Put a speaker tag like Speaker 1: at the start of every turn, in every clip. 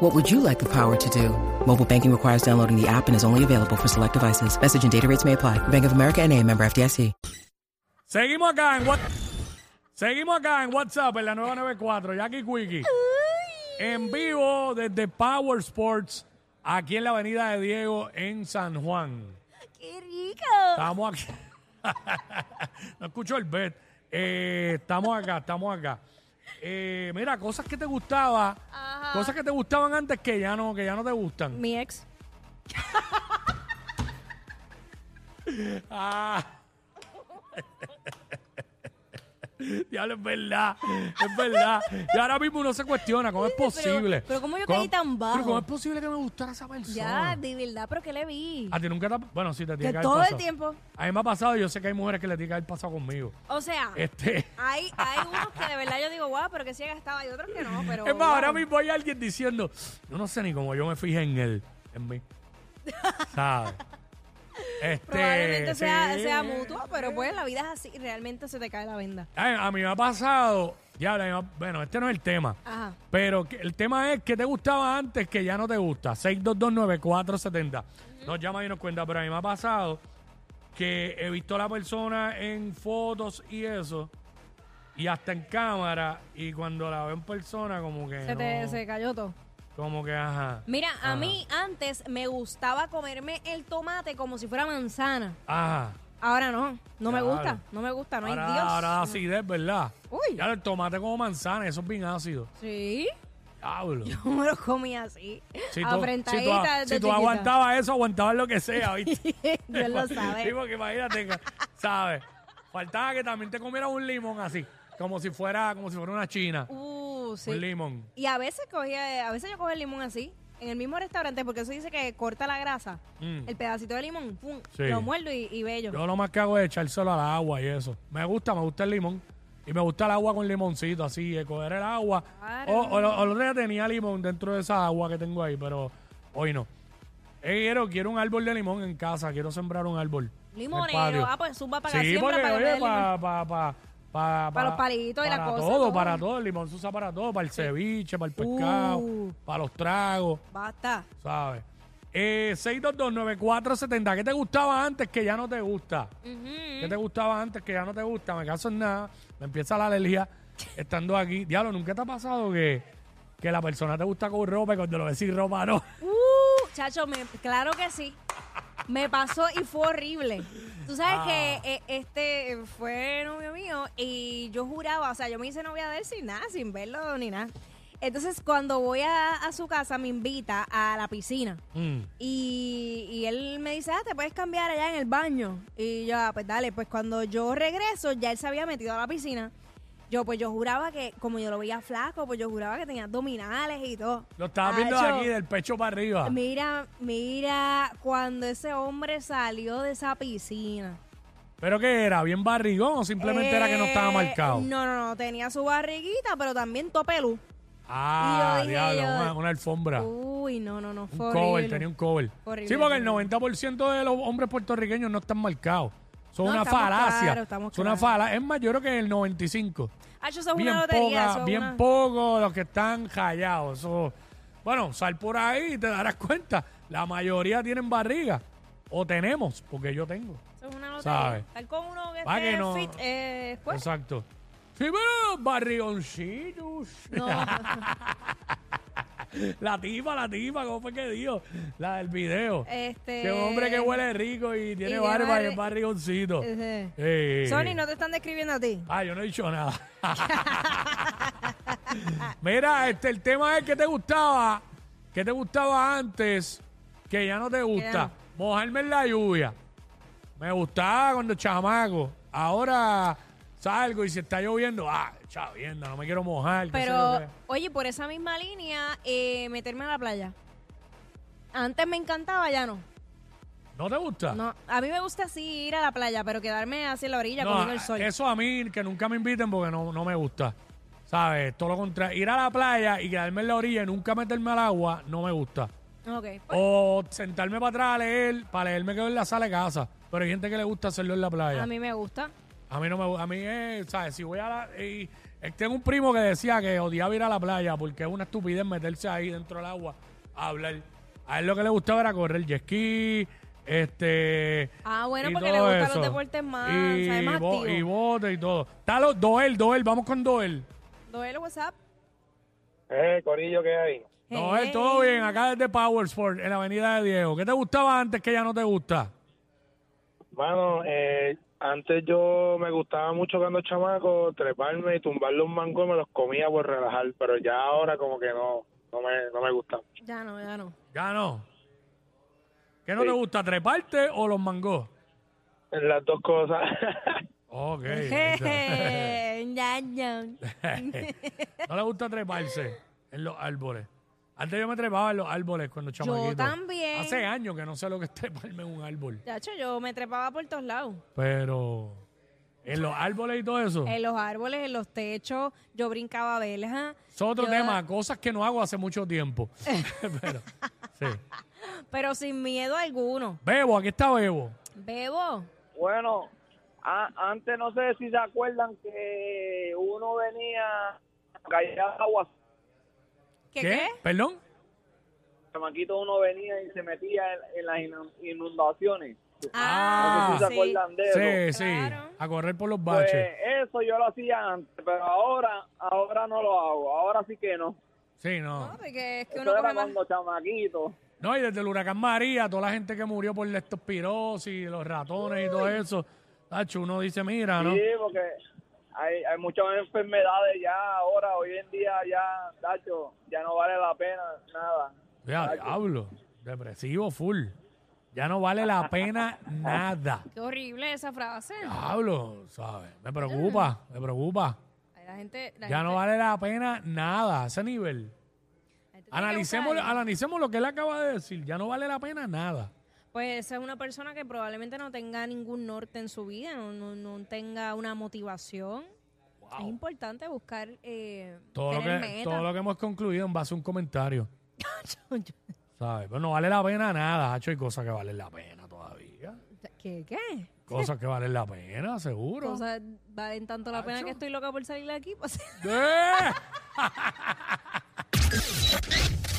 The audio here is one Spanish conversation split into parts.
Speaker 1: What would you like the power to do? Mobile banking requires downloading the app and is only available for select devices. Message and data rates may apply. Bank of America and a member FDIC.
Speaker 2: Seguimos acá en What... Seguimos acá en WhatsApp en la 994, Jackie Quickie. En vivo desde Power Sports, aquí en la avenida de Diego, en San Juan.
Speaker 3: ¡Qué rico!
Speaker 2: Estamos aquí. no escucho el bet. Eh, estamos acá, estamos acá. Eh, mira, cosas que te gustaba, cosas que te gustaban antes que ya no, que ya no te gustan.
Speaker 3: Mi ex.
Speaker 2: Ah. Diablo, es verdad, es verdad. Y ahora mismo uno se cuestiona cómo es
Speaker 3: Pero-
Speaker 2: posible.
Speaker 3: pero ¿cómo yo caí tan bajo?
Speaker 2: Pero cómo es posible que me gustara esa
Speaker 3: Ya,
Speaker 2: persona.
Speaker 3: de verdad, pero ¿qué le vi?
Speaker 2: a ti nunca te ha- Bueno, sí, te tiene
Speaker 3: Que
Speaker 2: que haber
Speaker 3: todo el
Speaker 2: pasado.
Speaker 3: tiempo.
Speaker 2: A mí me ha pasado y yo sé que hay mujeres que le tiene que haber pasado conmigo.
Speaker 3: O sea,
Speaker 2: Este...
Speaker 3: hay, hay unos que de verdad yo digo, guau, pero que sí gastaba y otros que no, pero.
Speaker 2: Es más, ahora
Speaker 3: wow.
Speaker 2: mismo hay alguien diciendo, yo no sé ni cómo yo me fijé en él, en mí. ¿Sabes? Este,
Speaker 3: Probablemente sea,
Speaker 2: sí.
Speaker 3: sea mutuo, pero pues la vida es así, realmente se te cae la venda.
Speaker 2: Ay, a mí me ha pasado, ya, a mí me ha- bueno, este no es el tema.
Speaker 3: Ajá.
Speaker 2: Pero que- el tema es que te gustaba antes que ya no te gusta. 6229470. Nos llama y nos cuenta, pero a mí me ha pasado que he visto a la persona en fotos y eso, y hasta en cámara, y cuando la veo en persona, como que.
Speaker 3: Se te
Speaker 2: no,
Speaker 3: se cayó todo.
Speaker 2: Como que, ajá.
Speaker 3: Mira, a mí antes me gustaba comerme el tomate como si fuera manzana.
Speaker 2: Ajá.
Speaker 3: Ahora no, no me
Speaker 2: Claro.
Speaker 3: gusta, no me gusta, no hay
Speaker 2: ahora,
Speaker 3: Dios.
Speaker 2: ahora acidez, ¿verdad?
Speaker 3: Uy.
Speaker 2: Ya el tomate como manzana, eso es bien ácido.
Speaker 3: Sí,
Speaker 2: Diablo.
Speaker 3: me lo comí así.
Speaker 2: Si tú, si tú-
Speaker 3: Afrentadita
Speaker 2: si
Speaker 3: desde
Speaker 2: tú
Speaker 3: chiquita.
Speaker 2: aguantabas eso, aguantabas lo que sea, ¿viste?
Speaker 3: Dios lo sabe.
Speaker 2: Sí, porque imagínate, que, ¿sabes? Faltaba que también te comieras un limón así, como si fuera, como si fuera una china.
Speaker 3: Uh, sí.
Speaker 2: Un limón.
Speaker 3: Y a veces cogía, a veces yo cojo el limón así, en el mismo restaurante, porque eso dice que corta la grasa.
Speaker 2: Mm.
Speaker 3: El pedacito de limón, pum,
Speaker 2: Sí.
Speaker 3: lo muerdo y, y bello.
Speaker 2: Yo lo más que hago es echárselo al agua y eso. Me gusta, me gusta el limón. Y me gusta el agua con limoncito, así, de coger el agua.
Speaker 3: Claro.
Speaker 2: O, o, lo- o lo que tenía limón dentro de esa agua que tengo ahí, pero hoy no. Eh, quiero, quiero un árbol de limón en casa, quiero sembrar un árbol. en el patio.
Speaker 3: Limonero, ah, pues zumba para la
Speaker 2: Sí,
Speaker 3: siembra,
Speaker 2: porque
Speaker 3: para que me dé
Speaker 2: oye,
Speaker 3: el
Speaker 2: para
Speaker 3: limón.
Speaker 2: pa, pa, pa-
Speaker 3: Para los palitos y la
Speaker 2: para
Speaker 3: cosa,
Speaker 2: Todo,
Speaker 3: todo.
Speaker 2: Para todo, el limón se usa para todo, para el ceviche, para el pescado,
Speaker 3: Uh.
Speaker 2: para los tragos,
Speaker 3: Basta.
Speaker 2: ¿sabes? Eh, 6229470, ¿qué te gustaba antes que ya no te gusta? ¿Qué te gustaba antes que ya no te gusta? Me caso en nada, me empieza la alergia estando aquí. Diablo, ¿nunca te ha pasado que, que la persona te gusta con ropa y cuando lo ves sin ropa no?
Speaker 3: Uh, chacho, me- claro que sí. Me pasó y fue horrible. Tú sabes
Speaker 2: Ah.
Speaker 3: que eh, este eh, fue novio mío y yo juraba, o sea, yo me hice novia de él sin nada, sin verlo ni nada. Entonces, cuando voy a, a su casa, me invita a la piscina.
Speaker 2: Mm.
Speaker 3: Y, y él me dice, ah, te puedes cambiar allá en el baño. Y yo, ah, pues dale, pues cuando yo regreso, ya él se había metido a la piscina. Yo, pues yo juraba que, como yo lo veía flaco, pues yo juraba que tenía abdominales y todo.
Speaker 2: Lo estaba viendo de
Speaker 3: Tacho,
Speaker 2: aquí del pecho para arriba.
Speaker 3: Mira, mira, cuando ese hombre salió de esa piscina.
Speaker 2: ¿Pero qué era? ¿Bien barrigón o simplemente era que no estaba
Speaker 3: Eh,
Speaker 2: marcado?
Speaker 3: No, no, no, tenía su barriguita, pero también topelú.
Speaker 2: Ah,
Speaker 3: Y yo dije,
Speaker 2: diablo,
Speaker 3: yo-
Speaker 2: una, una alfombra.
Speaker 3: Uy, no, no, no,
Speaker 2: Ah. un
Speaker 3: fue
Speaker 2: cover,
Speaker 3: horrible.
Speaker 2: tenía un cover.
Speaker 3: Horrible,
Speaker 2: sí, porque el
Speaker 3: horrible.
Speaker 2: 90% de los hombres puertorriqueños no están marcados. Son
Speaker 3: No,
Speaker 2: una
Speaker 3: estamos
Speaker 2: falacia.
Speaker 3: claros, estamos
Speaker 2: son una
Speaker 3: claros.
Speaker 2: falacia. Es mayor que el 95.
Speaker 3: Ah, eso es
Speaker 2: bien
Speaker 3: una lotería.
Speaker 2: poca,
Speaker 3: eso es
Speaker 2: bien
Speaker 3: una-
Speaker 2: poco los que están callados. Eso- bueno, sal por ahí y te darás cuenta. La mayoría tienen barriga. O tenemos, porque yo tengo.
Speaker 3: Eso es una lotería.
Speaker 2: ¿Sabes?
Speaker 3: Estar con uno que
Speaker 2: Va
Speaker 3: esté
Speaker 2: que no.
Speaker 3: fit, eh, pues,
Speaker 2: Exacto. Sí, pero barrigoncitos.
Speaker 3: no.
Speaker 2: La tipa, la tipa, ¿cómo fue que dijo? La del video.
Speaker 3: Este-
Speaker 2: Que un hombre que huele rico y tiene
Speaker 3: tiene
Speaker 2: barba y
Speaker 3: barri-
Speaker 2: es barrigoncito.
Speaker 3: Ese.
Speaker 2: Eh,
Speaker 3: Sony, no te están describiendo a ti.
Speaker 2: Ah, yo no he dicho nada. Mira, este, el tema es que te gustaba, que te gustaba antes, que ya no te gusta.
Speaker 3: ya
Speaker 2: Mojarme en la lluvia. Me gustaba cuando chamaco. Ahora salgo y si está lloviendo, ah, chavienda, no me quiero mojar. qué sé yo
Speaker 3: Pero,
Speaker 2: qué.
Speaker 3: oye, por esa misma línea, eh, meterme a la playa. Antes me encantaba, ya no.
Speaker 2: ¿No te gusta?
Speaker 3: No, a mí me gusta sí ir a la playa, pero quedarme así en la orilla
Speaker 2: No, ah,
Speaker 3: comiendo el sol.
Speaker 2: Eso a mí, que nunca me inviten porque no, no me gusta. ¿Sabes? Todo lo contrario. Ir a la playa y quedarme en la orilla y nunca meterme al agua, no me gusta.
Speaker 3: Ok. pues,
Speaker 2: O sentarme para atrás a leer, para leerme quedo en la sala de casa. Pero hay gente que le gusta hacerlo en la playa.
Speaker 3: A mí me gusta.
Speaker 2: A mí no me gusta. A mí es, ¿sabes? Si voy a la. y- eh, tengo un primo que decía que odiaba ir a la playa porque es una estupidez meterse ahí dentro del agua a hablar. A él lo que le gustaba era correr jet ski, este.
Speaker 3: Ah, bueno,
Speaker 2: y
Speaker 3: porque le
Speaker 2: todo
Speaker 3: gustan los
Speaker 2: eso.
Speaker 3: deportes más,
Speaker 2: Y,
Speaker 3: ¿sabes? Más
Speaker 2: bo-
Speaker 3: activos.
Speaker 2: y bote y todo. Está lo- Doel, Doel, vamos con Doel.
Speaker 3: Doy el WhatsApp.
Speaker 4: Eh, Corillo, ¿qué hay?
Speaker 2: Doel,
Speaker 3: Hey.
Speaker 2: todo bien, acá desde Power Sport, en la avenida de Diego. ¿Qué te gustaba antes que ya no te gusta?
Speaker 4: Mano, eh, antes yo me gustaba mucho cuando chamaco treparme y tumbar los mangos, me los comía por relajar, pero ya ahora como que no, no me, no me gusta.
Speaker 3: Ya no, ya no.
Speaker 2: Ya no. ¿Qué no
Speaker 4: Sí.
Speaker 2: te gusta? ¿Treparte o los mangos?
Speaker 4: Las dos cosas.
Speaker 2: Ok.
Speaker 3: Jeje, ya, ya.
Speaker 2: no le gusta treparse en los árboles. Antes yo me trepaba en los árboles cuando chamaquito.
Speaker 3: también.
Speaker 2: Hace años que no sé lo que es treparme en un árbol.
Speaker 3: Ya, cho, yo me trepaba por todos lados.
Speaker 2: Pero en los árboles y todo eso.
Speaker 3: En los árboles, en los techos, yo brincaba velas.
Speaker 2: Es otro
Speaker 3: yo-
Speaker 2: tema, cosas que no hago hace mucho tiempo. Pero, sí.
Speaker 3: Pero sin miedo alguno.
Speaker 2: Bebo, aquí está Bebo.
Speaker 3: Bebo.
Speaker 5: Bueno, a- antes no sé si se acuerdan que uno venía callado agua,
Speaker 3: ¿Qué qué?
Speaker 2: ¿Perdón?
Speaker 5: chamaquito uno venía y se metía en, en las inu- inundaciones.
Speaker 2: Ah,
Speaker 5: No sé si se
Speaker 3: sí.
Speaker 5: acuerdan de eso.
Speaker 2: Sí, sí.
Speaker 3: Claro.
Speaker 2: A correr por los
Speaker 5: Pues
Speaker 2: baches.
Speaker 5: eso yo lo hacía antes, pero ahora, ahora no lo hago, ahora sí que no.
Speaker 2: Sí,
Speaker 3: No, porque es que
Speaker 5: Eso
Speaker 3: uno come
Speaker 5: era
Speaker 3: más.
Speaker 5: cuando chamaquito.
Speaker 2: No, y desde el huracán María, toda la gente que murió por la estospirosis, los ratones y todo eso. Tacho, uno dice, mira, ¿no?
Speaker 5: Sí, porque hay, hay muchas enfermedades ya ahora, hoy en día ya, Tacho, ya no vale la pena nada.
Speaker 2: Vea, diablo. Depresivo full. Ya no vale la pena nada.
Speaker 3: Qué horrible esa frase.
Speaker 2: Diablo, ¿sabes? Me preocupa, me preocupa.
Speaker 3: Ay, La gente, Mm. la
Speaker 2: Ya
Speaker 3: gente-
Speaker 2: no vale la pena nada a ese nivel.
Speaker 3: la gente tiene que
Speaker 2: Analicemos,
Speaker 3: buscar.
Speaker 2: analicemos lo que él acaba de decir. Ya no vale la pena nada.
Speaker 3: Pues esa es una persona que probablemente no tenga ningún norte en su vida, no, no, no tenga una motivación. Es importante buscar eh,
Speaker 2: Todo lo,
Speaker 3: tener
Speaker 2: que,
Speaker 3: metas.
Speaker 2: todo lo que hemos concluido en base a un comentario. ¿Sabes? Pero no vale la pena nada, Hacho. Hay cosas que valen la pena todavía.
Speaker 3: ¿Qué? ¿Qué?
Speaker 2: Cosas que valen la pena, seguro.
Speaker 3: O sea, valen tanto la pena que estoy loca por salir de aquí. pues.
Speaker 2: ¡Eh!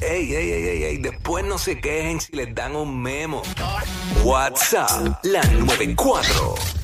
Speaker 6: Ey, ey, ey, ey, ey, después no se quejen si les dan un memo. WhatsApp, la 94.